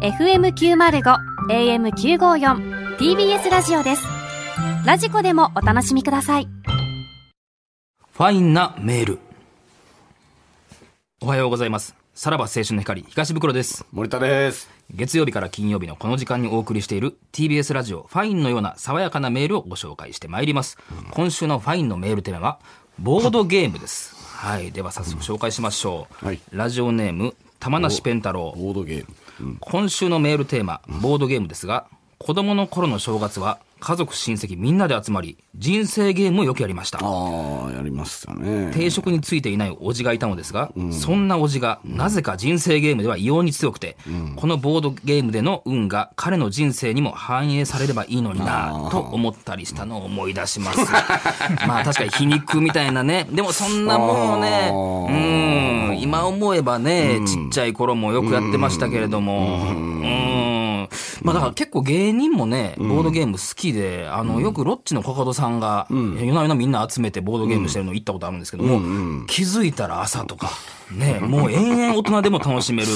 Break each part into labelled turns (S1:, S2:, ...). S1: FM905 AM954 TBS ラジオですラジコでもお楽しみください
S2: ファインなメール。おはようございます。さらば青春の光、東袋です。
S3: 森田です。
S2: 月曜日から金曜日のこの時間にお送りしている TBS ラジオファインのような爽やかなメールをご紹介してまいります。今週のファインのメールテーマは、ボードゲームです。はい。では早速紹介しましょう。
S3: うんはい
S2: ラジオネーム、玉梨ペン太郎。
S3: ボードゲーム。
S2: 今週のメールテーマ、ボードゲームですが、子供の頃の正月は、家族親戚みんなで集まり、人生ゲームをよくやりました。
S3: ああ、やりましたね。
S2: 定職についていないおじがいたのですが、そんなおじがなぜか人生ゲームでは異様に強くて、このボードゲームでの運が彼の人生にも反映されればいいのになと思ったりしたのを思い出し ますまあ確かに皮肉みたいなねでもそんなもんをねうん今思えばね、ちっちゃい頃もよくやってましたけれどもうんまあだから結構芸人もね、ボードゲーム好きで、あの、よくロッチのコカドさんが、夜な夜なみんな集めてボードゲームしてるの行ったことあるんですけども、気づいたら朝とか、ね、もう延々大人でも楽しめる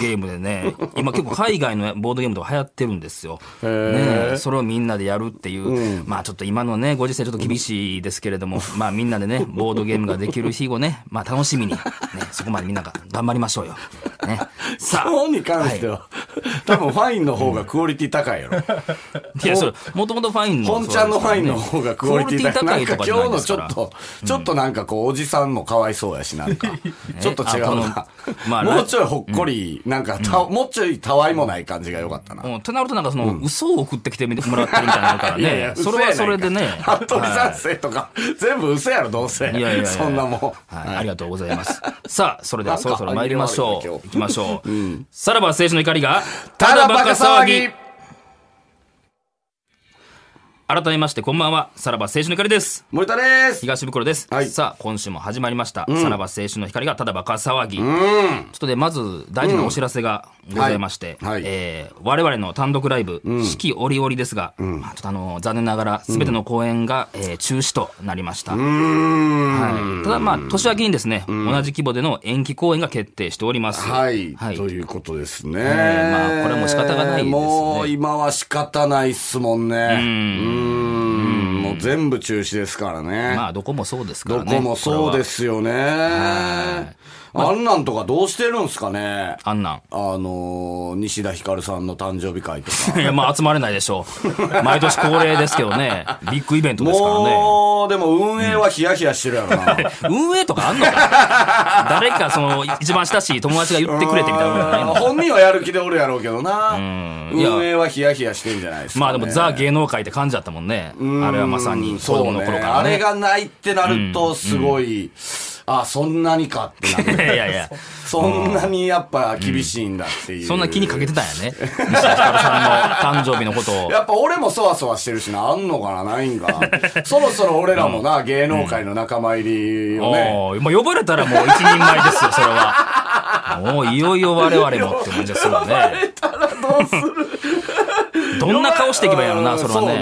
S2: ゲームで ね、今結構海外のボードゲームとか流行ってるんですよ。ね、それをみんなでやるっていう、まあちょっと今のね、ご時世ちょっと厳しいですけれども、まあみんなでね、ボードゲームができる日をね、まあ楽しみに、ね、そこまでみんなが頑張りましょうよ。 ね。さあ。
S3: 本に関しては、多分ファインの方がクオリティ高いや ろ。
S2: いや、それ、もともとファインの。
S3: 本ちゃんのファインの方がクオリティ高い。
S2: クオ
S3: な
S2: リ
S3: ん
S2: ティ高い
S3: か
S2: とか
S3: 今
S2: じゃない
S3: 日
S2: で
S3: の
S2: す
S3: ち
S2: か
S3: ょ
S2: ら
S3: っと、ちょっとなんかこう、おじさんもかわいそうやし、な んか。ちょっと違う
S2: あ
S3: な
S2: このまあ。
S3: もうちょいほっこり、なんかた、もうちょいたわいもない感じが良かったな。
S2: うん、となるとなんかその、嘘を送ってきてもらってるみたいなのあるからね。
S3: いやい や、
S2: それはそれでね。
S3: 服部
S2: は
S3: 三世とか、全部嘘やろ、どう
S2: い
S3: せ。
S2: いやいやいや
S3: そんなもん。
S2: はい、ありがとうございます。さあ、それではそろそろ参りまし
S3: なん
S2: ょう。
S3: か紛れ
S2: 行
S3: 悪いね今日
S2: きましょ う。さらば青春の怒りが、
S3: ただバカ騒ぎ
S2: 改めまして、こんばんは。さらば青春の怒りです。
S3: 森田です
S2: 東袋です、
S3: はい
S2: さあ今週も始まりました、さらば青春の光がただバカ騒ぎ、ちょっとでまず大事なお知らせがございまして、
S3: はいはい
S2: えー我々の単独ライブ、四季折々ですが、まあちょっとあの残念ながら全ての公演が、えー中止となりました、
S3: うーん。
S2: はい、ただまあ年明けにですね、同じ規模での延期公演が決定しております
S3: はい、
S2: はい
S3: ということですね。
S2: えまあこれはもう仕方がないですね
S3: もう今は仕方ないっすもんね。うーん。もう全部中止ですからね。
S2: まあどこもそうですから
S3: ど
S2: ね
S3: こもそうですすよね。あんなんとかどうしてるんすかね。
S2: あんなん
S3: あのー、西田ひかるさんの誕生日会とか。
S2: いやまあ集まれないでしょう毎年恒例ですけどねビッグイベント ですからね
S3: もう、でも運営はヒヤヒヤしてるやろな。
S2: 運営とかあんのか誰かその一番親しい友達が言ってくれてみたいなことないの
S3: 本人はやる気でおるやろうけどな。
S2: いや
S3: 運営はヒヤヒヤしてんじゃないですか、ね。
S2: まあでもザ芸能界って感じだったもんねあれはまさに子
S3: そう
S2: 供
S3: ね
S2: の頃から
S3: あれ
S2: ね
S3: がないってなると、すごい、あ、そんなにかってなる。
S2: い やいや
S3: そんなにやっぱ厳しいんだっていう。
S2: そんな気にかけてたんやね西田ひかるさんの誕生日のことを
S3: やっぱ俺もそわそわしてるしな、あんのかな、ないんか な。そろそろ俺らもな、芸能界の仲間入りをね。
S2: おーまあ呼ばれたらもう一人前ですよそれはもういよいよ我々もって感じがするよね
S3: ただ どうする
S2: どんな顔していけばいいのなそれは
S3: そう
S2: ね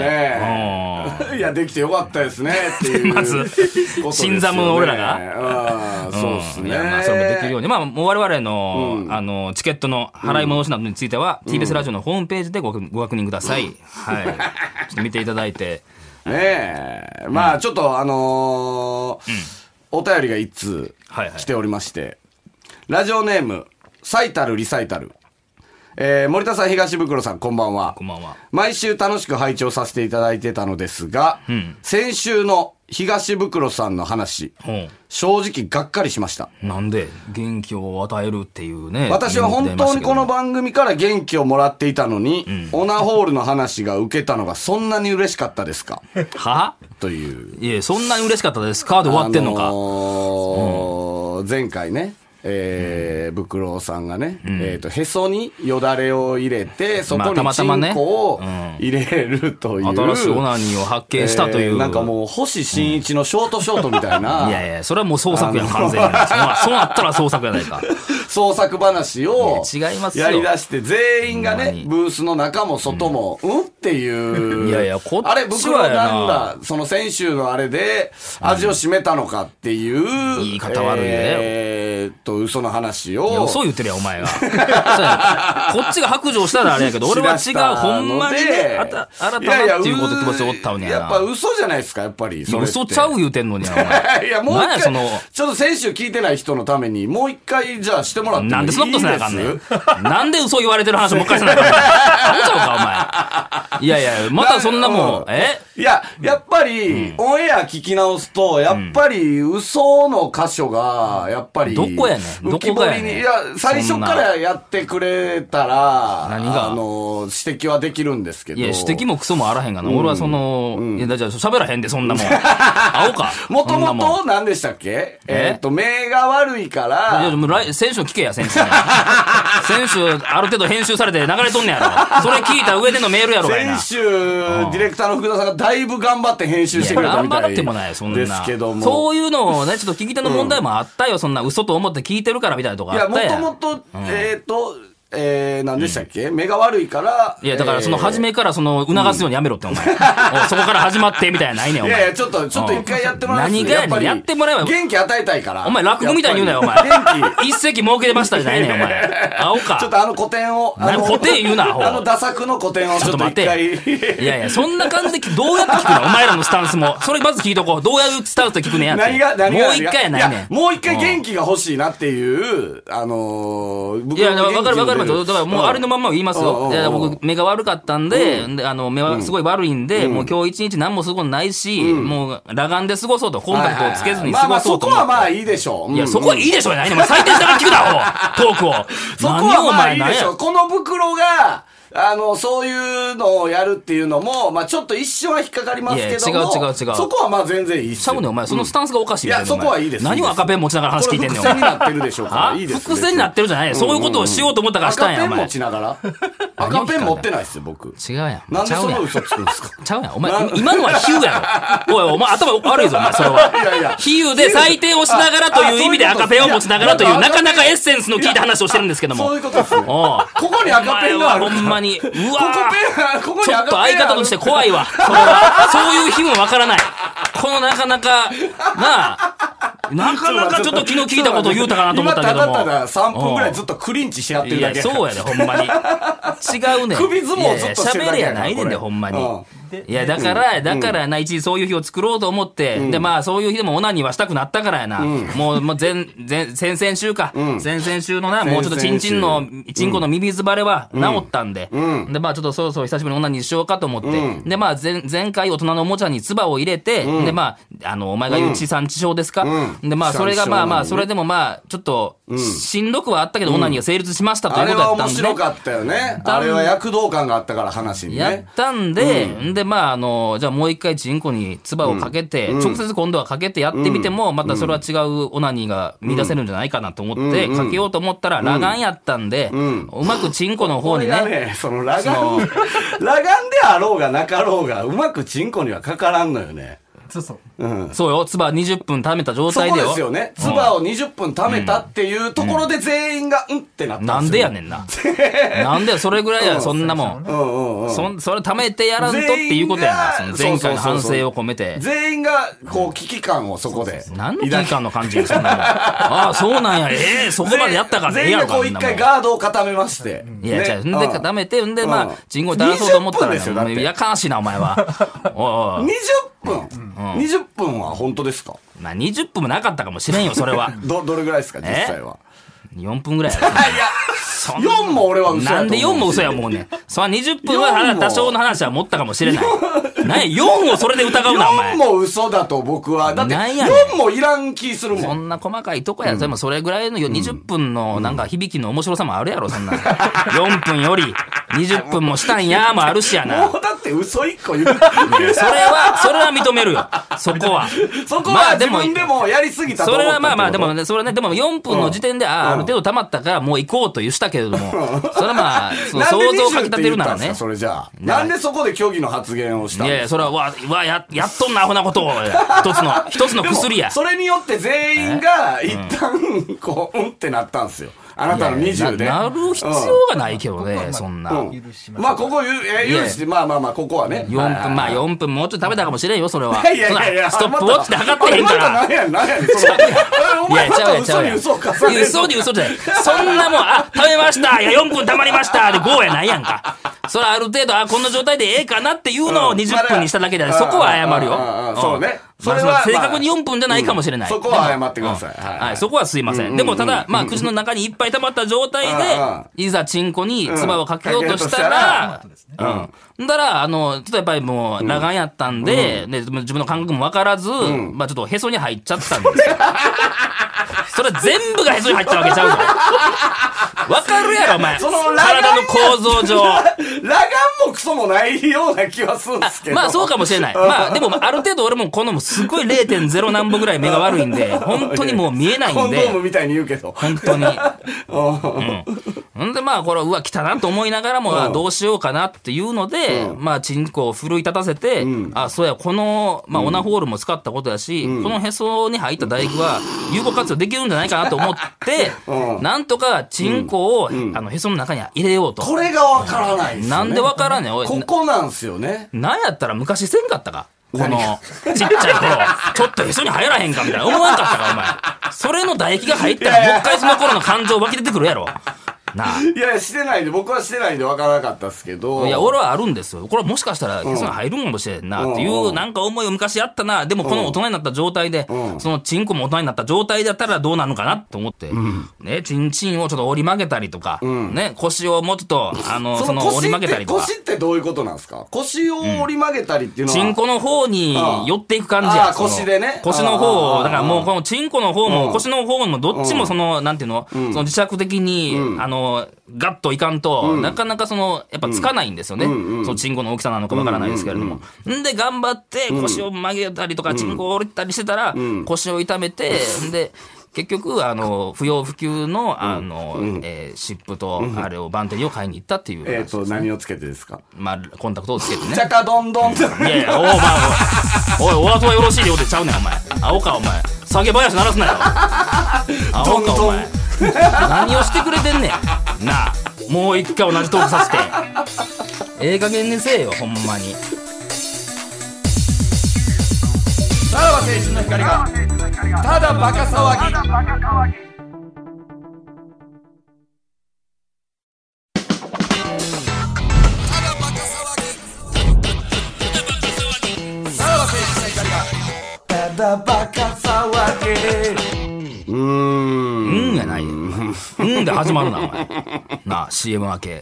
S3: ねいや、できてよかったですね、ってい う。
S2: まず
S3: ことですよね
S2: 新参者の俺ら
S3: うんそうっす
S2: い
S3: ね。
S2: やまあそれもできるように、まあ、もう我々の、あの、チケットの払い戻しなどについては、TBS ラジオのホームページでごご確認ください。はい。ちょっと見ていただいて。
S3: ねえ。まあ、ちょっと、あのーお便りが一通
S2: はいはい
S3: 来ておりまして、ラジオネーム、サイタルリサイタル。えー森田さん、東袋さん、こんばんは。
S2: こんばんは。
S3: 毎週楽しく拝聴させていただいてたのですが、先週の東袋さんの話、
S2: う
S3: 正直がっかりしました。
S2: ん。なんで、元気を与えるっていうね。
S3: 私は本当にこの
S2: 場
S3: 番組から元気をもらっていたのに、オナホールの話が受けたのがそんなに嬉しかったですか
S2: は
S3: という。
S2: いや、そんなに嬉しかったですかで終わってんの
S3: あ
S2: か。
S3: のー前回ね、えー、ブクロウさんがね、えっ、と、へそによだれを入れて、そこ
S2: まあたま
S3: に
S2: た
S3: チ
S2: まね
S3: ンコを
S2: うん
S3: 入れるという。
S2: 新しいオナニーを発見したという。
S3: えーなんかもう、星新一のショートショートみたいな。
S2: いやいや、それはもう創作やん、完全に。そんなそうなったら創作やないか。
S3: 創作話を
S2: いや違いますよ
S3: やりだして、全員が
S2: ほんま
S3: ね
S2: に、
S3: ブースの中も外も、うんっていう。
S2: いやいやこっちは
S3: あれ、袋
S2: やな
S3: なんだ、その先週のあれで、味を占めたのかっていう。
S2: 言い方悪いね
S3: えーっと、嘘の
S2: い
S3: 話
S2: や
S3: を。
S2: 嘘言ってるやんお前がそうやこっちが白状したらあれやけど俺は違
S3: 知
S2: う
S3: らした
S2: ほんまに
S3: ので
S2: ねあた新たなっていうことってことでおったのに
S3: いや
S2: や
S3: や
S2: な
S3: っぱ嘘じゃないですか、やっぱり。それって
S2: 嘘ちゃう言うてんのにやお前
S3: いや、もう一
S2: なん
S3: 回、
S2: やその
S3: ちょっと先週聞いてない人のために、もう一回、じゃあしてもらってもいい
S2: なんでそんなことせなあかんね
S3: で
S2: ん
S3: す。
S2: なんで嘘言われてる話もう一回せなあかんねん。なんちゃうか、お前。いやいや、またそんなもん、
S3: な
S2: え
S3: いや、やっぱり、オンエア聞き直すと、やっぱり、嘘の箇所が、やっぱり、
S2: どこやねん
S3: 浮き彫
S2: ど
S3: り
S2: こがや
S3: に、
S2: ねん
S3: いや、最初からやってくれたら、
S2: 何が
S3: あの、指摘はできるんですけど。
S2: いや、指摘もクソもあらへんがな。俺はその、いや、じゃあ喋らへんで、そ んなもん。青か。
S3: もと
S2: そんな
S3: も
S2: もん
S3: と、何でしたっけ
S2: え
S3: えっと、目が悪いか
S2: いや
S3: ら、
S2: もう来選手の聞けや、選手。選 手、ある程度編集されて流れとんねやろ。それ聞いた上でのメールや ろがいな
S3: 先。週、ディレクターの福田さんがだいぶ頑張って編集してくれたみた
S2: 頑張
S3: い
S2: ってもない、そんな。
S3: ですけども。
S2: そういうのをね、ちょっと聞き手の問題もあったよ、そんな嘘と思って聞いてるからみたいなとこ
S3: い
S2: あ
S3: や、
S2: っ
S3: も
S2: たやん。
S3: ともと、えっ、と、えー、何でしたっけ、目が悪いから。
S2: いや、だからその初
S3: め、
S2: めからその促すようにやめろって、お前。おいそこから始まって、みたいなのないねん、お
S3: いやい
S2: 前
S3: や、。ちょっと、ちょっと一回やってもらいます
S2: 何がやねん
S3: っぱり
S2: やってもらえば
S3: 元気与えたいから。
S2: お前、落語みたいに言うなよ、お前
S3: やっぱり元気。。
S2: 一席儲けてましたじゃないねん、お前。青か。
S3: ちょっとあの古典を。あ
S2: 何
S3: の
S2: 古典言うなアホ
S3: あの、打作の古典を
S2: ち
S3: ち
S2: ょっ
S3: ょ
S2: と
S3: っと
S2: 待っ
S3: 一回。
S2: て。いやいや、そんな感じで聞くどうやって聞くのお前らのスタンスも。それまず聞いとこう。どういうスタンスで聞くねんやって。
S3: 何が、何が。
S2: もう一回やないねん。
S3: もう一回元気が欲しいなっていう、あのー、
S2: いや、わかるわかるわかる。だからもうあれ
S3: れ
S2: のまんまを言います
S3: うんうんう
S2: よ。
S3: ん
S2: いや僕、目が悪かったんで、であの、目はすごい悪いんで、もう今日一日何もすることないし、もう裸眼で過ごそうと、コンタクトをつけずに過
S3: まあま
S2: ご
S3: あ、
S2: そう
S3: そ
S2: と
S3: こ
S2: 思って。
S3: はまあいいでしょう。
S2: いや、
S3: うん
S2: そこはいいでしょうやないねん。お前採点しながら聞くな、おうトークを。
S3: そこはまあ
S2: 何
S3: いい
S2: をお前
S3: でしょ
S2: 何
S3: う。この袋が、あの、そういうのをやるっていうのも、まあちょっと一瞬は引っかかりますけども。
S2: いや違う違う違う
S3: そこはまあ全然いいっす
S2: ちゃ
S3: よ
S2: うねんお前、そのスタンスがおかしい
S3: いや
S2: よお前
S3: そこはいいです
S2: 何を赤ペン持ちながら話聞いてんねん、お
S3: これ伏線に
S2: 前。
S3: なってるでしょうから。
S2: あ
S3: いいです
S2: 伏線になってるじゃない。そういうことをしようと思ったからしたんや、お
S3: 赤ペン
S2: 前。
S3: 持ち
S2: 違
S3: な がら。赤ペン持ってないっすよ、僕。
S2: うやん。
S3: なん
S2: ち
S3: で
S2: ゃう
S3: そ
S2: や
S3: の
S2: ん。
S3: 嘘つくんですか
S2: ちゃうやん。お前、今のは比喩や ろ。おい、お前頭悪いぞ、お前、それは。
S3: いやいや
S2: 比喩で採点をしながらという意味で
S3: ああそういうこと
S2: 赤ペンを持ちながらとい
S3: いや
S2: う、なかなかエッセンスの聞いた話をしてるんですけど
S3: そう
S2: も
S3: い。うことですね。こ
S2: おう
S3: こに赤ペンがある
S2: お前はほんまに。うわ
S3: ここペンが、ここ
S2: ち
S3: に
S2: ょっ
S3: 赤
S2: と
S3: ペン
S2: 相方として怖 いわ。それはそういう日もわからない。このなかなか、なあ、なかなかちょっと昨日聞いたことを言うたかなと思ったけども。
S3: 今ただただ3分ぐらいずっとクリンチし合ってる
S2: い
S3: だ
S2: や、
S3: け。
S2: そうやで、ほんまに。違うねん。
S3: 首相撲ずっとしてるだ
S2: いやいや喋れ
S3: けや
S2: や
S3: な
S2: ないねん
S3: こ
S2: で、
S3: れ
S2: ほんまに
S3: うん。
S2: いや、だから、だからな、一時そういう日を作ろうと思って、で、まあ、そういう日でもオナニーはしたくなったからやな。もう、もう、前、前、先々週か。先々週のな、もうちょっとチンチンの、チンコのミミズバレは治ったんで。で、まあ、ちょっとそろそろ久しぶりにオナニーしようかと思って。で、まあ、前、前回大人のおもちゃに唾を入れて、で、まあ、あの、お前が言う地産地消ですか。で、まあ、それがまあまあ、それでもまあ、ちょっと、しんどくはあったけど、オナニーが成立しましたとい
S3: あ
S2: うこ
S3: れ
S2: とだ
S3: は
S2: った
S3: 面
S2: んで。
S3: 白かったよね。あれは躍動感があったから話に
S2: や
S3: ね
S2: っ。たんで、んで、まあ、あの、じゃあもう一回チンコに唾をかけて、直接今度はかけてやってみても、またそれは違うオナニーが見出せるんじゃないかなと思って、かけようと思ったら、裸眼やったんで、うまくチンコの方
S3: こ
S2: に
S3: れが
S2: ね、
S3: ね、その裸眼、
S2: その
S3: 裸眼であろうがなかろうが、うまくチンコにはかからんのよね。
S4: そうそう。
S3: うん。
S2: そうよ、唾20分溜めた状
S3: そ
S2: 態
S3: こ
S2: で
S3: で
S2: よ。
S3: すよね。唾を20分溜めたっていうところで全員が、うんってなった
S2: なんん
S3: です
S2: で
S3: よ。
S2: やねんな。 なんでそれぐらいや、そんなもん。
S3: うんうんうん。
S2: そんそれ溜めてやらんとっていうことやな、その
S3: 全員
S2: 前
S3: が
S2: 回の反省を込めて。
S3: 全員が、こう、危機感をそこで。
S2: 何の危機感の感じがそん なもん。ああ、そうなんや。ええそこまでやったから
S3: 全
S2: ええや
S3: 員が
S2: ろか、
S3: こ
S2: あ
S3: うん一
S2: なもん
S3: 回ガードを固めまして。
S2: いや、じゃあ、ん
S3: ね
S2: で、固めて、んで、
S3: うん
S2: まあ、チンコに垂らそうと思ったら
S3: 20分ですよ
S2: ね、
S3: だっ
S2: も
S3: て
S2: うやかましいな、お前 は。おいおい。
S3: 20分、20分は本当ですか
S2: まあ、20分もなかったかもしれんよ、それは。
S3: ど、どれぐらいですか、実際は。
S2: 4分ぐらいやろ。
S3: いや、
S2: そんな
S3: 4も俺は嘘やと
S2: な
S3: 思うん
S2: で4も嘘やもうねん。そら20分は
S3: 4も
S2: 多少の話は持ったかもしれない。ない、4をそれで疑うな、お前
S3: 4。も嘘だと僕は。だって、
S2: なんやねん
S3: 4もいらん気するも
S2: そ
S3: ん。
S2: んな細かい とこや。でもそれぐらいのよ20分のなんか響きの面白さもあるやろ、そん な。4分より20分もしたんやもあるしやな。
S3: もうだって嘘1個 言う。
S2: それは、それは認めるよ。そこは。
S3: そこ
S2: ま
S3: は
S2: あで
S3: 自
S2: も
S3: 分でもやりすぎたと
S2: そ
S3: 思っ
S2: れ
S3: た
S2: はまあまあ、で
S3: ってこと
S2: も、ね、それはね、でも4分の時点で、ああ、ある程度溜まったから、もう行こうというしたけれども、それは まあ、その
S3: なんで
S2: 想像を
S3: 20
S2: かき立てるなら
S3: って言ったんです
S2: ね
S3: か。それじゃあ。なんでそこで虚偽の発言をし
S2: い
S3: たん
S2: やい
S3: で
S2: や、
S3: すか
S2: それは、わ、わ、や、やっとんな、アホなことを。一つの、一つの
S3: でも
S2: 薬や。
S3: それによって全員が、一旦、こう、うんってなったんですよ。あなたの20で。
S2: ななる必要がないけどね、そんな。
S3: うんうんまあ、ここ、ゆえ許して、まあまあまあ、ここはね。
S2: 四分、まあ
S3: よ。
S2: 4分もうちょっと食べたかもしれんよ、それは。
S3: いやいやいや、
S2: そんなストップウォッチで測ってへんか
S3: あま
S2: ら。
S3: た何やねん、何やねん。その
S2: いや、
S3: お前ま
S2: ちゃう
S3: た
S2: やんちゃ
S3: 嘘
S2: う
S3: に
S2: やん。
S3: 嘘を重ねる。
S2: 嘘に嘘じゃ ない。そんなもん、あ、食べましたいや、4分溜まりましたで、5やないやんか。それある程度、あ、こんな状態でええかなっていうのを
S3: うん
S2: 20分にしただけじゃない。そこは謝る
S3: うんうんうん
S2: よ。
S3: そうね
S2: そ
S3: そ
S2: れ
S3: れは
S2: は正
S3: まあ
S2: 確に4分じゃないかもしれない。
S3: そこは謝ってください。はい
S2: はい、そこはすいません。でもただ、まあ、口の中にいっぱい溜まった状態で、いざチンコに唾をかけようとしたら、うん。だから、あの、ちょっとやっぱりもう、裸眼やったんで、ね、自分の感覚もわからず、まあちょっとへそに入っちゃったんですよ。 それは全部がへそに入っちゃうわけちゃうぞ。わかるやろ、お前。
S3: その裸眼
S2: 体の構造上。
S3: 裸眼もクソもないような気はするんですけど。
S2: まあそうかもしれない。まあでもある程度俺もこのもすごい0.0何歩ぐらい目が悪いんで、本当にもう見えない
S3: コ
S2: ん
S3: ンドー
S2: で
S3: ム、みたいに言うけど。
S2: 本当に。
S3: うん
S2: ほんでまあこれうわ来たなと思いながらもあどうしようかなっていうので、まあチンコを奮い立たせて、あそうやこの、まあ、オナホールも使ったことだし、このへそに入った大工は有効活用できるんじゃないかなと思って、
S3: うん
S2: なんとかチンコを、あのへその中に入れようと。
S3: これがわからないですね
S2: なんでわからんねんおい
S3: ここなんすよね。
S2: なんやったら昔せんかったかこの、ちっちゃい頃、ちょっとへそに入らへんかみたいな思わんかったか、お前。それの唾液が入った
S3: いやい
S2: ら、
S3: や
S2: もう一回その頃の感情湧き出てくるやろ。なあ。
S3: いや、してないんで、僕はしてないんでわからなかったですけど。
S2: いや、俺はあるんですよ。これはもしかしたら、その入るんかもしれんな、っていうう、
S3: ん
S2: なんか思いを昔あったな。でも、この大人になった状態で、
S3: うん
S2: そのチンコも大人になった状態だったらどうなるのかなと思って、ね、チンチンをちょっと折り曲げたりとか、ね、腰をもうちょっと、あの、その折り曲げたりとか。
S3: 腰ってどういうことなんですか腰を折り曲げたりっていうのは。
S2: チンコの方に寄っていく感じ
S3: あ
S2: や。
S3: あ
S2: その
S3: 腰でね
S2: 腰の方
S3: あ
S2: を、
S3: あ
S2: だからもうこのチンコの方
S3: う
S2: も
S3: ん
S2: 腰の方もどっちもその、なんていうの、その磁石的に、あの、ガッといかんと、なかなかその、やっぱつかないんですよね。そのチンコの大きさなのかわからないですけれども。んで、頑張って腰を曲げたりとか、チンコを折ったりしてたら、腰を痛めて、んで、結局、あの、不要不急の、あの、えー湿布と、あれを、バンテリーを買いに行ったっていう話
S3: え
S2: で
S3: っ
S2: す、
S3: と、何をつけてですか
S2: まあ、コンタクトをつけてね
S3: チ。ャカドンドンって。
S2: いやいや、おうお前、おい、おい、お後はよろしいようでちゃうねん、お前。青か、お前。酒林鳴ら すなよ。青か、お前。何をしてくれてんねん。なあ、もう一回同じトークさせて。ええ加減にせえよ、ほんまに。
S3: さらば青春の光が、ただバカ騒ぎ。ただバカ騒ぎ。う
S2: う
S3: ーん。
S2: んやないよ。うんで始まるな、お前。なあ、CM 明け。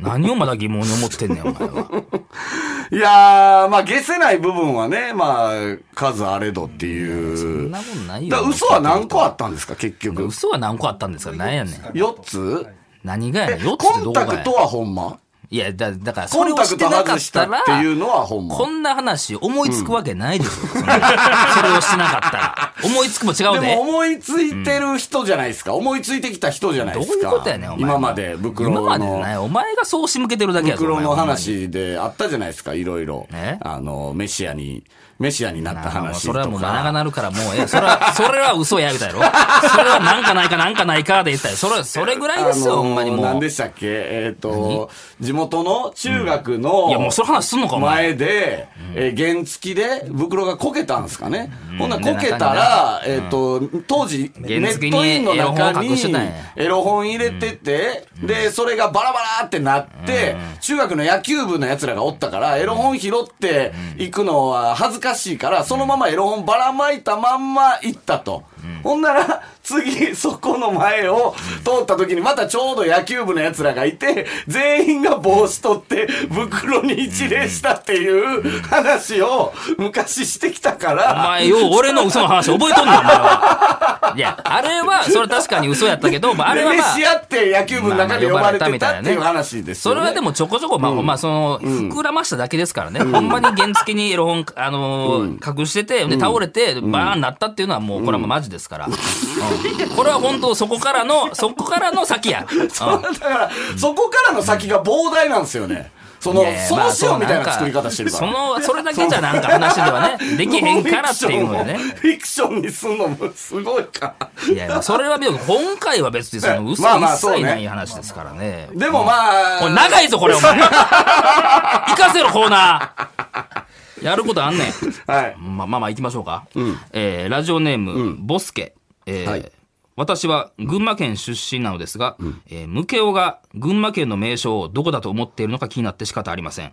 S2: 何をまだ疑問に思ってんねん、お前は。
S3: いやー、まあ、消せない部分はね、まあ、数あれどってい
S2: そん
S3: う。
S2: なもんない
S3: だ
S2: よ
S3: か。ら嘘は何個あったんですか、結局。
S2: 嘘は何個あったんですか何やねん。
S3: 4つ
S2: 何がやねん。4つ
S3: コ
S2: って
S3: ン
S2: どこ
S3: タ
S2: が
S3: ク
S2: や
S3: トはほんま
S2: いや、だ、だから、そ
S3: コ
S2: れ
S3: ン
S2: を
S3: タ
S2: し
S3: ク
S2: て
S3: ト
S2: なか
S3: 外
S2: っ
S3: したたっ
S2: ら、
S3: ていうのはほんま。
S2: こんな話思いつくわけないでしょ。 そんなそれをしなかったら。思いつくも違う
S3: で
S2: で
S3: も。思いついてる人じゃないですか、思いついてきた人じゃない
S2: どう
S3: ですか。
S2: いうことやねん、お前。
S3: 今まで、袋
S2: 今まで
S3: の。
S2: ない。お前がそう仕向けてるだけやぞ。
S3: 袋の
S2: お前
S3: 話であったじゃないですか、いろいろ
S2: ね。
S3: あの、メシアに、メシアになっ
S2: ああ
S3: た
S2: もうそ
S3: 話と
S2: れはもう長
S3: か。
S2: なるからもうええ。それは、それは嘘や、みたいな。それはなんかないかなんかないかで言ったら、それ、それぐらいですよ、ほんまにも
S3: 何
S2: う。
S3: で
S2: い
S3: したっけえっ、と、地元の中学の、
S2: や、もうその話すんのか、お前。
S3: 前で、えー原付きで袋がこけたんですかね。ほんなら
S2: で
S3: こけた
S2: 中
S3: ら、えっ、と、当時、ネ
S2: 原付
S3: ッ
S2: に
S3: トインの
S2: エロ
S3: 中
S2: 本隠してたんや
S3: に、エロ本入れてて、で、それがバラバラってなって、中学の野球部の奴らがおったから、エロ本拾って行くのは恥ずかしいから、そのままエロ本ばらまいたまんま行ったと。ほんなら、次、そこの前を通った時に、またちょうど野球部の奴らがいて、全員が帽子取って、袋に一礼したっていう話を昔してきたか
S2: お
S3: ら、
S2: 前よ、俺の嘘の話覚えとんねん、お前は。いや、あれは、それ確かに嘘やったけど、まああれ
S3: で、
S2: はまあ
S3: 飯。合って野球部の中で呼ば
S2: まあまあ呼ばれ
S3: れて
S2: たみたい
S3: た
S2: な
S3: っ
S2: ね
S3: ていう話です
S2: そ
S3: よ
S2: れ
S3: ね。
S2: はでもちょこちょこ、まあ、まあ、その、膨らましただけですからね。ほんまに原付にエロ本、あのー隠してて、で、倒れて、バーンなったっていうのはもう、これはもうマジですから。うんこれは本当、そこから の、そこからの先や。うん
S3: だから、そこからの先が膨大なんですよね。その、
S2: いやいや
S3: そ
S2: ま
S3: の
S2: あ
S3: 師匠みたいな作り
S2: そ
S3: 方
S2: う
S3: してるから。
S2: んかその、それだけじゃなんか話では ね、できへんからっていうのでね。
S3: フィクションにすんのもすごいから。
S2: いやいや、それは別に、今回は別にその嘘
S3: まあまあ
S2: 一
S3: そう
S2: 切
S3: ね
S2: ない話ですからね。
S3: でもまあ、
S2: これ長いぞ、これ、お 前。行かせろ、コーナー。やることあんねん。
S3: はい。
S2: まあまあまあ行きましょうか。えーラジオネーム、ボスケ。えー
S3: はい
S2: 私は群馬県出身なのですが、えームケオが群馬県の名称をどこだと思っているのか気になって仕方ありませ ん。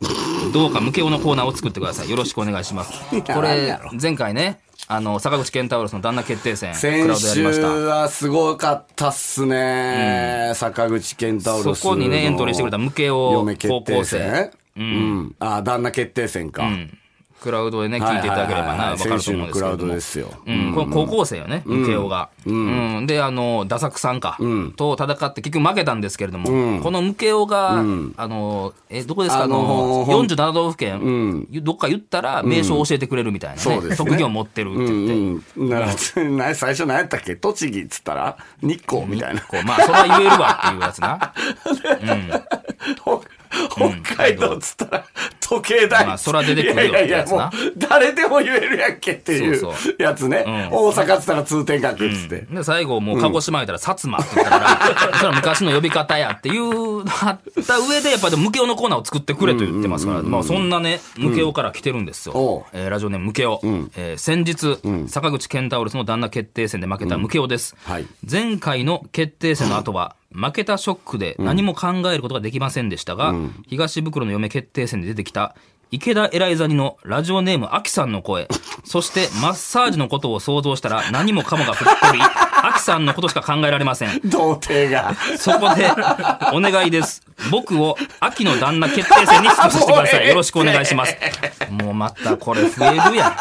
S2: どうかムケオのコーナーを作ってください。よろしくお願いします。 これ、前回ね、あの、坂口健太郎さんの旦那決定戦、クラ
S3: 先
S2: ウドやり
S3: 週
S2: ました。
S3: はすごかったっすね。坂口健太郎
S2: そこにね、エントリーしてくれたムケオ
S3: 嫁
S2: 高
S3: 決定
S2: 校生。
S3: 戦。うん。あ、旦那決定戦か。
S2: クラウドでね、聞いていただければな、わかる
S3: 先
S2: と
S3: 週
S2: 思うん
S3: の
S2: で
S3: ク
S2: すけ
S3: ラ
S2: れど
S3: ウド
S2: も
S3: で。すよ。
S2: うん、この高校生よね、慶応が。うん。で、あの、ダサクさんか、と戦って、結局負けたんですけれども、このムケオが、あの、え、どこですか、
S3: あ
S2: あ
S3: の
S2: の、
S3: ほん
S2: 47道府県、どっか言ったら、名称を教えてくれるみたい
S3: そう
S2: な
S3: で
S2: ね、
S3: すね
S2: 職業持ってるって
S3: う
S2: 言って。
S3: んうん。なな 最初何やったっけ栃木っつったら日光みたいな。
S2: こうまあ、それは言えるわっていうやつな。
S3: 北北海道っつったら時計台。
S2: まあそら出てくるよ
S3: いやいや
S2: っ
S3: いや、
S2: てやつ
S3: も
S2: な
S3: う誰でも言えるやんけっていう
S2: そうそ
S3: やつね。
S2: うん
S3: 大阪っつったら通天閣っつって。
S2: で、最後、もう、鹿児島言ったら、薩摩って言ったから、 それは昔の呼び方やっていう、あった上で、やっぱでも、ムケオのコーナーを作ってくれと言ってますから、まあ、そんなね、ムケオから来てるんです
S3: おう
S2: よ。えーラジオネーム、ムケオ。えー先日、坂口健太郎の旦那決定戦で負けたムケオです
S3: はい。
S2: 前回の決定戦の後は、負けたショックで何も考えることができませんでしたが、東袋の嫁決定戦で出てきた、池田エライザニのラジオネームアキさんの 声、そしてマッサージのことを想像したら何もかもが吹っ飛び、アキさんのことしか考えられません。
S3: 童貞が。
S2: そこで、お願いです。僕を秋の旦那決定戦に出場してくだ さい。よろしくお願いします。もうまたこれ増えるやん。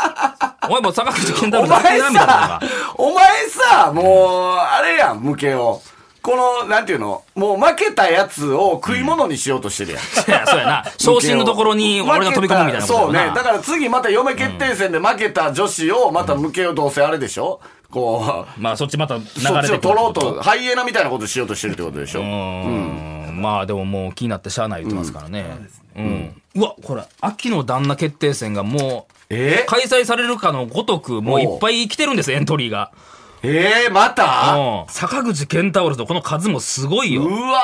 S2: おい、もう坂口健太
S3: お
S2: 郎だけ
S3: 前
S2: なみたいなの
S3: さ
S2: が。、
S3: お前さ、もう、あれやん、無形を。この、なんていうのもう負けたやつを食い物にしようとしてるやん。
S2: いやそうやな。昇進のところに俺が飛び込むみたいなこと
S3: そう
S2: や
S3: ね
S2: な。。
S3: だから次また嫁決定戦で負けた女子を、また無形をどうせあれでしょこう、
S2: まあそっちまた流れてく
S3: そっ
S2: る
S3: ちを取ろうと、ハイエナみたいなことしようとしてるってことでしょ
S2: うーんまあでももう気になってしゃあない言ってますからね。うんうわ、これ、秋の旦那決定戦がもう、
S3: え
S2: 開催されるかのごとく、もういっぱい来てるんです、エントリーが。
S3: えー、また
S2: うん坂口健太郎とこの数もすごいうよ。
S3: わ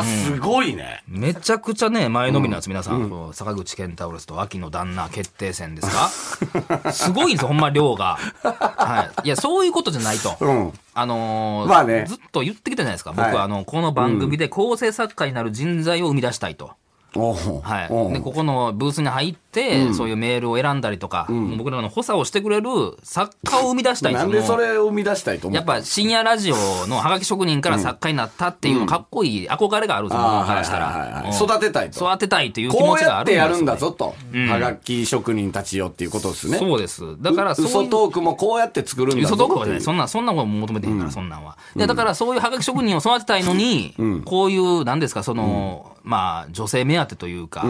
S3: ー、すごいね。
S2: めちゃくちゃね、前のみなんです、皆さん。こう坂口健太郎と秋の旦那決定戦ですか すごいです、ほんま量が。はい。いや、そういうことじゃないと。
S3: うん。
S2: あのー
S3: まあね
S2: ずっと言ってきたじゃないですか。僕
S3: はい
S2: は、あの、この番組で構成作家になる人材を生み出したいと。
S3: おう
S2: はい
S3: おう、
S2: でここのブースに入って、そういうメールを選んだりとか、僕らの補佐をしてくれる作家を生み出したい
S3: なん
S2: で
S3: です
S2: よ
S3: そ
S2: もう
S3: れを生み出したいと思
S2: や
S3: っ
S2: ったぱ深夜ラジオのハガキ職人から作家になったっていうのかっこいい憧れがあるんですよ、僕
S3: あー
S2: からした
S3: はいはいはい
S2: ら。
S3: は
S2: う
S3: い
S2: ん
S3: 育てたいと
S2: 育てたいという気
S3: こ
S2: 持
S3: う
S2: ちが
S3: や
S2: あ
S3: っ
S2: る
S3: て
S2: ですよ
S3: や
S2: ね
S3: るんだぞと。はがき職人たちよっていうことですね。
S2: そうです。だからそう
S3: 嘘
S2: いう。
S3: トークもこうやって作るんだ
S2: 嘘
S3: ぞってい
S2: ど
S3: う。
S2: ころじゃない。そんな、そんなこと求めてへんから、そんなんは。で、だからそういうハガキ職人を育てたいのに、こういう、なんですか、その、まあ、女性目当てというか、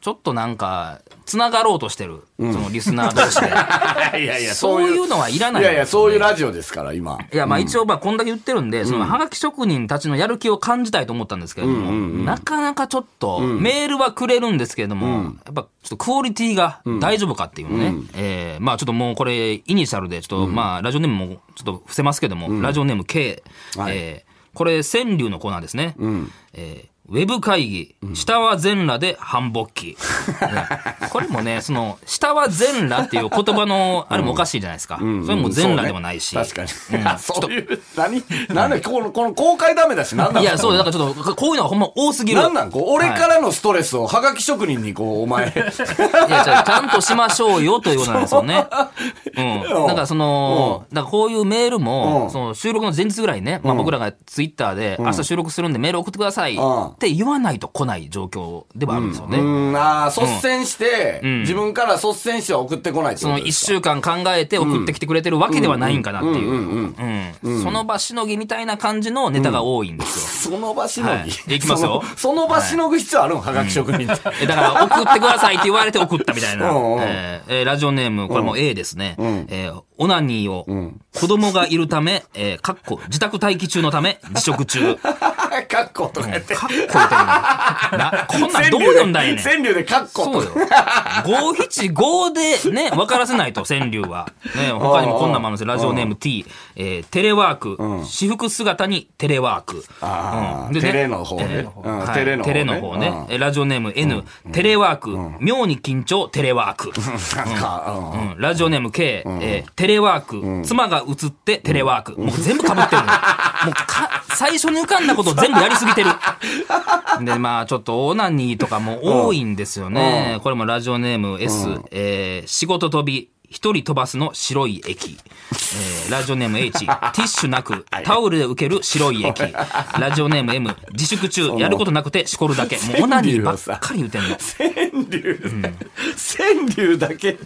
S2: ちょっとなんか、つながろうとしてる、そのリスナー同士で。
S3: いやいや、
S2: そう
S3: そうい。
S2: いううのはいらない。
S3: いやいや、そういうラジオですから、今。
S2: いや、まあ一応、まあこんだけ言ってるんで、その、はがき職人たちのやる気を感じたいと思ったんですけれども、なかなかちょっと、メールはくれるんですけれども、やっぱちょっとクオリティが大丈夫かっていうのね。えーまあちょっともうこれ、イニシャルで、ちょっと、まあラジオネームもちょっと伏せますけども、ラジオネーム K。
S3: はい
S2: えーこれ、川柳のコーナーですね。えーウェブ会議、下は全裸で繁忙期。ねこれもね、その、下は全裸っていう言葉の、あれもおかしいじゃないですか。それも全裸でもないし。
S3: そうね確かに。あ そういう、何何だこの、この公開ダメだし、何なん
S2: いや、そう
S3: だ。
S2: だからちょっと、こういうのはほんま多すぎる。
S3: 何なんこう、俺
S2: はい
S3: からのストレスを、はがき職人にこう、お前。
S2: いや、じゃあちゃんとしましょうよということなんですよね。うん。なんかその、なんかこういうメール
S3: うん
S2: も、その収録の前日ぐらいね、まあ僕らがツイッターで、明日収録するんでメール送ってください
S3: ん
S2: って言わないと来ない状況ではあるんですよね。
S3: うん、ああ、率先して、自分から率先して送ってこないって
S2: そ
S3: こと
S2: の
S3: で
S2: 一
S3: す
S2: 週間考えて送ってきてくれてるわけではないんかなっていう。うんその場しのぎみたいな感じのネタが多いんですよ。
S3: その場しの
S2: はい
S3: ぎ。
S2: いきますよ
S3: そのその場しのぐ必要あるのはがき職人って。
S2: えだから送ってくださいって言われて送ったみたいな。
S3: うんうん
S2: えーえーラジオネーム、これも A ですね。えーオナニーを、子供がいるため、えーかっ こ、自宅待機中のため、自食中。かっこ
S3: かっことかやって。
S2: いいというなこんなんどう読んだんやねん。
S3: 川柳でカッコ
S2: そうよ。五七五で ね、分からせないと、川柳は。ね、他にもこんなもあるんですよ。ラジオネーム T、えーテレワーク、私服姿にテレワーク。
S3: あー
S2: でね
S3: テレの方ね
S2: テレの
S3: うん
S2: 方はい
S3: テレの方ね
S2: テレの方ね。えラジオネーム N、テレワーク、妙に緊張、テレワーク。
S3: なんか、うん
S2: うんラジオネーム K、えーテレワーク、妻が映ってテレワーク。もう全部 被ってるのよもうか、最初に浮かんだこと全部やりすぎ てる。で、まあ、ちょっとオナニーとかも多いんですよね。これもラジオネーム S、えー仕事飛び。一人飛ばすの白い駅、えーラジオネーム H ティッシュなくタオルで受ける白い駅ラジオネーム M 自粛中やることなくてしこるだけもうオナニーばっかり言うてんの
S3: 川柳、川柳だけ、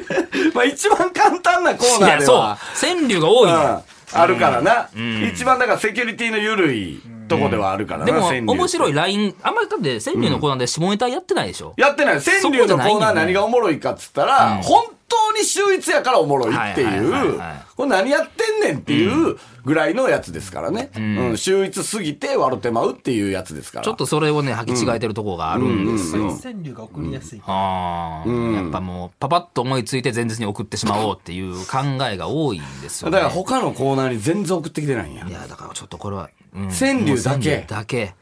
S3: まあ一番簡単なコーナー
S2: いや
S3: で
S2: そう
S3: は、
S2: 川柳が多いのよ
S3: うん、あるからな、一番だからセキュリティの緩いとこではあるからな、
S2: でも
S3: 川柳
S2: 面白いラインあんまりだって川柳のコーナーで下ネタやってないでしょ、
S3: やってない川柳のコーナー何がおもろいかっつったら、本当に秀逸やからおもろいってい
S2: はいはいうはいはい
S3: これ何やってんねんっていうぐらいのやつですからね、うん秀逸すぎて笑ってまうっていうやつですから
S2: ちょっとそれをね履き違えてるとこがあるんですよ、
S4: 川柳が送りやすい。
S2: あーやっぱもうパパッと思いついて前日に送ってしまおうっていう考えが多いんですよ、
S3: だ
S2: ね、
S3: から他のコーナーに全然送ってきてないんや
S2: いやだからちょっとこれは、うん
S3: 川柳だ
S2: もう川
S3: け
S2: 柳だけ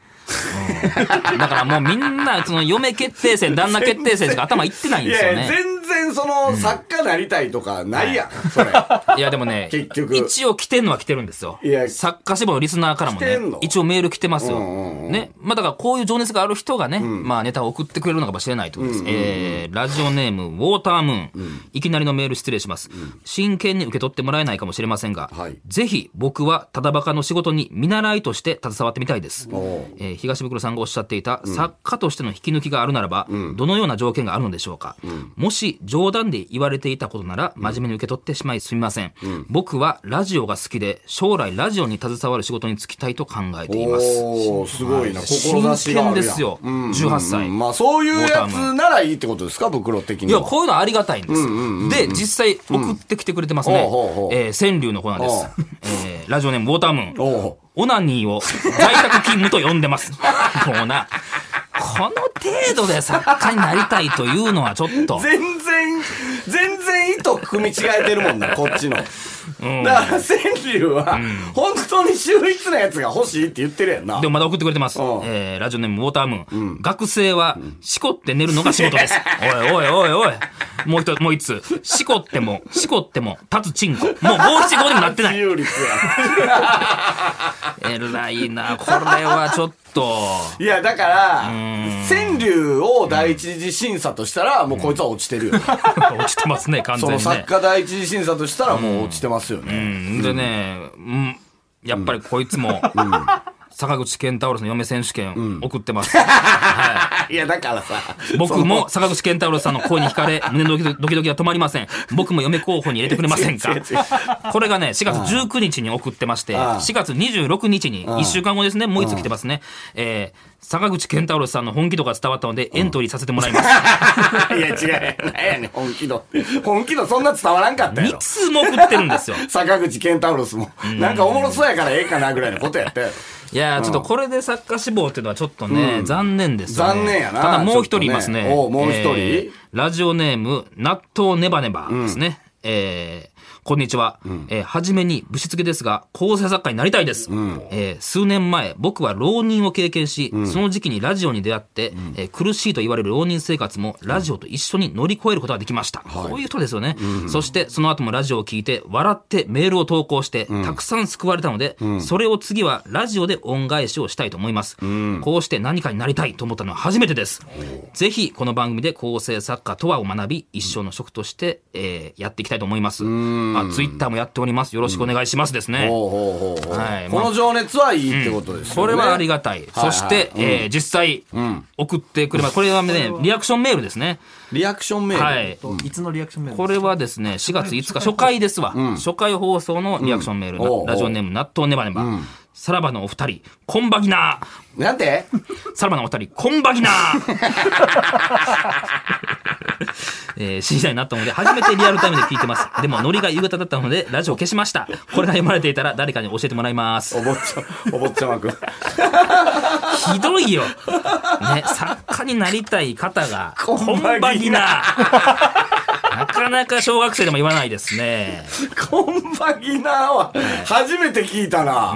S2: うんだからもうみんなその嫁決定戦旦那決定戦しか頭いってないん
S3: い
S2: ですよ
S3: やい
S2: ね
S3: や全然その作家なりたいとかないやん、それあ
S2: いやでもね、
S3: 結局
S2: 一応来てんのは来てるんですよ
S3: いや。
S2: 作家志望のリスナーからも
S3: 来て
S2: ね
S3: んの、
S2: 一応メール来てますよ。
S3: んうんうん
S2: ね。まあだからこういう情熱がある人がね、まあネタを送ってくれるのかもしれないということです。えーラジオネーム、ウォータームーン。いきなりのメール失礼します。真剣に受け取ってもらえないかもしれませんが
S3: はい、
S2: ぜひ僕はただバカの仕事に見習いとして携わってみたいです。
S3: お
S2: えー東袋さんがおっしゃっていた、作家としての引き抜きがあるならば、どのような条件があるのでしょうか、もし冗談で言われていたことなら真面目に受け取ってしまいすみません、僕はラジオが好きで将来ラジオに携わる仕事に就きたいと考えています
S3: ーすごいな志
S2: 真
S3: があ
S2: 剣
S3: るやん
S2: ですよ、18歳、
S3: まあそういうやつならいいってことですか袋的に
S2: いや、
S3: は
S2: こういうのはありがたいんです。で、実際送ってきてくれてますね。
S3: うんほうほうほう
S2: えー川柳のコーナーで
S3: ほ
S2: す。えーラジオネーム、ウォータームーン。
S3: おう
S2: オナニーを在宅勤務と呼んでます。 もうな、この程度で作家になりたいというのはちょっと。
S3: 全然、全然意図組み違えてるも んな、こっちの。だから、川柳は、本当に秀逸なやつが欲しいって言ってるやんな
S2: で。もまだ送ってくれてます。
S3: うん
S2: えーラジオネーム、ウォータームーン。学生は、しこって寝るのが仕事です。 おいおいおいおい。もう一つ、もう一つ。しこっても、しこっても、立つチンコ。もう五七五にもなってない。
S3: 有率や。
S2: えらいな。これはちょっと。
S3: いや、だから、川柳を第一次審査としたら、もうこいつは落ちてるよ ね。
S2: 落ちてますね、 完
S3: そ
S2: 全に
S3: の
S2: ね。
S3: 作家第一次審査としたら、もう落ちてますよ
S2: う
S3: ね。
S2: ん、でね、うん、やっぱりこいつも、坂口健太郎さんの嫁選手権送ってます。
S3: いや、だからさ、
S2: 僕も坂口健太郎さんの声に惹か れ、胸のドキドキドキドキが止まりません。僕も嫁候補に入れてくれませんか
S3: 違う違う違
S2: これがね、4月19日に送ってまして、
S3: ああ
S2: 4月26日に、1週間後ですね、もういつ来てますね。えー坂口健太郎さんの本気度が伝わったので、エントリーさせてもらいます。
S3: いや、違うやん。何やねん、本気度。本気度そんな伝わらんかったや
S2: 3
S3: ろ。
S2: つも送ってるんですよ。
S3: 坂口健太郎も、なんかおもろそうやからええかなぐらいのことやったやろ。
S2: いやーちょっとこれで作家志望っていうのはちょっとね、残念ですよね。
S3: 残念やな
S2: ただもう一人います
S3: ちょ
S2: ね。
S3: っとねおうもう一人
S2: ラジオネーム、納豆ネバネバですね。えーこんにちは。えーはじめにぶしつけですが、構成作家になりたいです。えー数年前、僕は浪人を経験し、その時期にラジオに出会って、えー苦しいと言われる浪人生活も、ラジオと一緒に乗り越えることができました。こういう人ですよね。そして、その後もラジオを聞いて、笑ってメールを投稿して、たくさん救われたので、それを次はラジオで恩返しをしたいと思います。こうして何かになりたいと思ったのは初めてです。ぜひ、この番組で構成作家とはを学び、一生の職として、えーやっていきたいと思います。あ、ツイッターもやっております。よろしくお願いしますですね。
S3: ほうほうほうほう
S2: はい
S3: この情熱はいいってことですよね。
S2: これはありがたい。
S3: は
S2: そ
S3: い
S2: して、えー実際、送ってくれます。これはね、リアクションメールですね。
S3: リアクションメール。
S2: はい。
S4: といつのリアクションメール
S2: これはですね、4月5日、初回ですわ。初回放送のリアクションメール、
S3: うんおうおう
S2: ラジオネーム、納豆ネバネバ。さらばのお二人、こんばぎなー
S3: なんて
S2: さらばのお二人、こんばぎなーえー、知りたいなと思って、初めてリアルタイムで聞いてます。でも、ノリが夕方だったので、ラジオ消しました。これが読まれていたら、誰かに教えてもらいます
S3: お。坊ちゃま、お坊ちゃまくん。
S2: ひどいよ。ね、作家になりたい方が、
S3: こんばぎな
S2: こんばぎな。なかなか小学生でも言わないですね。
S3: こんばぎなーは、初めて聞いたな。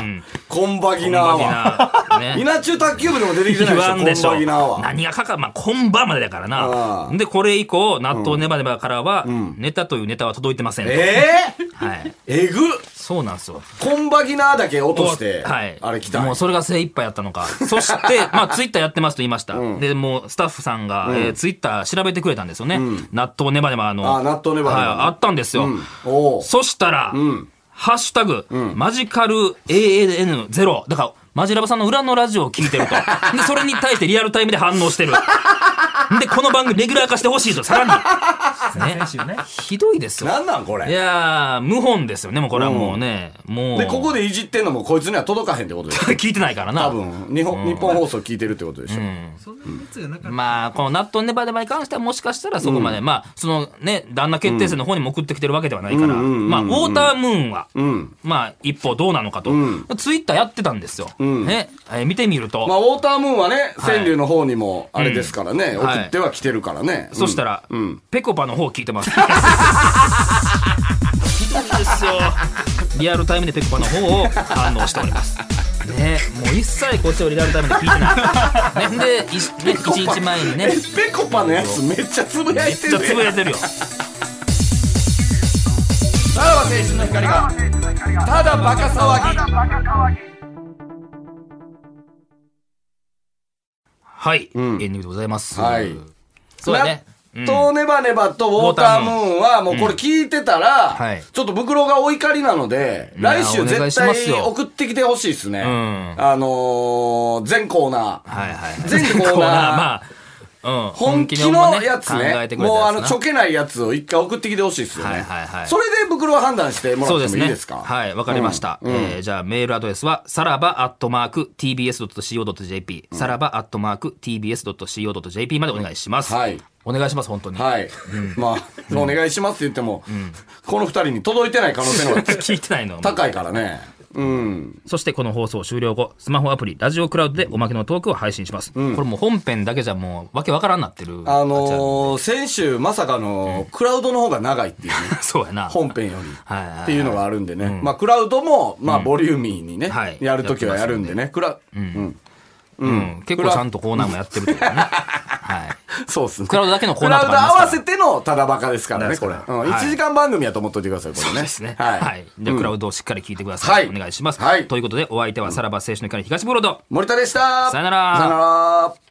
S3: こんばぎなー
S2: こん
S3: は。
S2: ばぎな。ね
S3: 稲中卓球部でも出てきて
S2: 言わ
S3: ない
S2: ん
S3: で
S2: で
S3: し
S2: し
S3: ょ、
S2: ょ
S3: こんばぎなーは。
S2: 何がかか、まあ、こんばまでだから
S3: あ
S2: な
S3: あ。
S2: で、これ以降、納豆ネバネバからは、ネタというネタは届いてませんと。
S3: ええ
S2: はい。
S3: えぐ
S2: そうなんですよ。
S3: こんばぎなーだけ落として、
S2: はい。
S3: あれ来たんや。
S2: もうそれが精一杯やったのか。 そして、まあ、ツイッターやってますと言いました。で、もう、スタッフさんが、えーツイッター調べてくれたんですよね。納豆ネバネバの。
S3: あ納豆ネバネ
S2: は
S3: バ
S2: い、あったんですよ。
S3: おお。
S2: そしたら、ハッシュタグ、マジカル ANN0。だから、マジラバさんの裏のラジオを聞いてる と。で、それに対してリアルタイムで反応してる。で、この番組レギュラー化してほしいと、さらに。ね
S4: 先。週ね。
S2: ひどいですよ。
S3: なんなんこ
S2: い
S3: れ。
S2: やー、無本ですよね、もうこれはもうね。もう。
S3: で、ここでいじってんのもこいつには届かへんってことでしょ。
S2: 聞いてないからな。
S3: 多分、日本、日本放送聞いてるってことでしょ。
S4: そんなやつがなかった。
S2: まあ、この納豆ネバネバに関してはもしかしたらそこまで、まあ、そのね、旦那決定戦の方にも送ってきてるわけではないから、まあ、ウォータームーンは、まあ、一方どうなのかと、ツイッターやってたんですよ。ね、えー見てみると、
S3: まあ、ウォータームーンはね、川柳の方にも、あれですからね、
S2: うん
S3: 送っては来てるからね。
S2: そした
S3: ら、
S2: ら、ペコパの方聞いて ます。ひどいですよ。リアルタイムでペコパの方を反応しております。ね、もう一切こっちをリアルタイムで聞いてない。ね、で、いね一日前に
S3: え、
S2: ね、
S3: ペコパのやつめっちゃつぶや
S2: め
S3: い
S2: ってちゃ
S3: る
S2: つぶやいてるよ。
S3: さらば青春の光が、ただバカ騒ぎ。
S2: はい、
S3: ん
S2: エンディングでございます。
S3: はい
S2: そうだね。うん
S3: 納豆ネバネバとウォータームーンは、もうこれ聞いてたら、
S2: はい
S3: ちょっと袋がお怒りなので、
S2: いや
S3: 来週
S2: お願い
S3: 絶
S2: しま
S3: 対
S2: すよ
S3: 送ってきてほしいですね。
S2: ん
S3: あのー、全コーナー。
S2: はいはい。
S3: 全コーナー
S2: まあ、うん。
S3: 本気
S2: も
S3: のやつね。
S2: 考えてくれた
S3: もうあ
S2: やつ
S3: の、
S2: な
S3: ちょけないやつを一回送ってきてほしいですよね。
S2: はいはいはい
S3: それで袋を判断してもら
S2: そ
S3: っ
S2: うで
S3: ても
S2: す
S3: いい
S2: ね
S3: です。か
S2: はい、わかりました。えーじゃあメールアドレスは、さらばアットマーク tbs.co.jp、さらばアットマーク tbs.co.jp までお願いします。
S3: はい。
S2: お願いします、本当に。
S3: はい。まあ、お願いしますって言っても、この二人に届いてない可能性の 方が
S2: 聞いてないの
S3: 高いからね。うん。
S2: そしてこの放送終了後、スマホアプリ、ラジオクラウドでおまけのトークを配信します。これもう本編だけじゃもう、わけわからんなってる。
S3: あのー、先週まさかの、クラウドの方が長いっていうね。
S2: そうやな。
S3: 本編より。
S2: はいはいはい
S3: っていうのがあるんでね。まあ、クラウドも、まあ、ボリューミーにね、
S2: はい
S3: やるときはやるんでね。クラ、うん。
S2: うん、結構ちゃんとコーナーもやってるというかね。 はい。
S3: そうっすね。
S2: クラウドだけのコー
S3: ク
S2: ナー
S3: ラ
S2: と
S3: ウ
S2: か
S3: ド
S2: あります
S3: 合
S2: から
S3: わせてのただバカですからね、これ。
S2: です
S3: う
S2: から
S3: ん。
S2: はい
S3: 1時間番組やと思っといてください、これね。
S2: そうですね。
S3: は。
S2: はいい。じゃあ、クラウドをしっかり聞いてくだ
S3: は
S2: さい。
S3: い
S2: お願いします。
S3: はい
S2: ということで、お相手はさらば青春の光東ブロード。
S3: 森田でした
S2: さよなら
S3: さよなら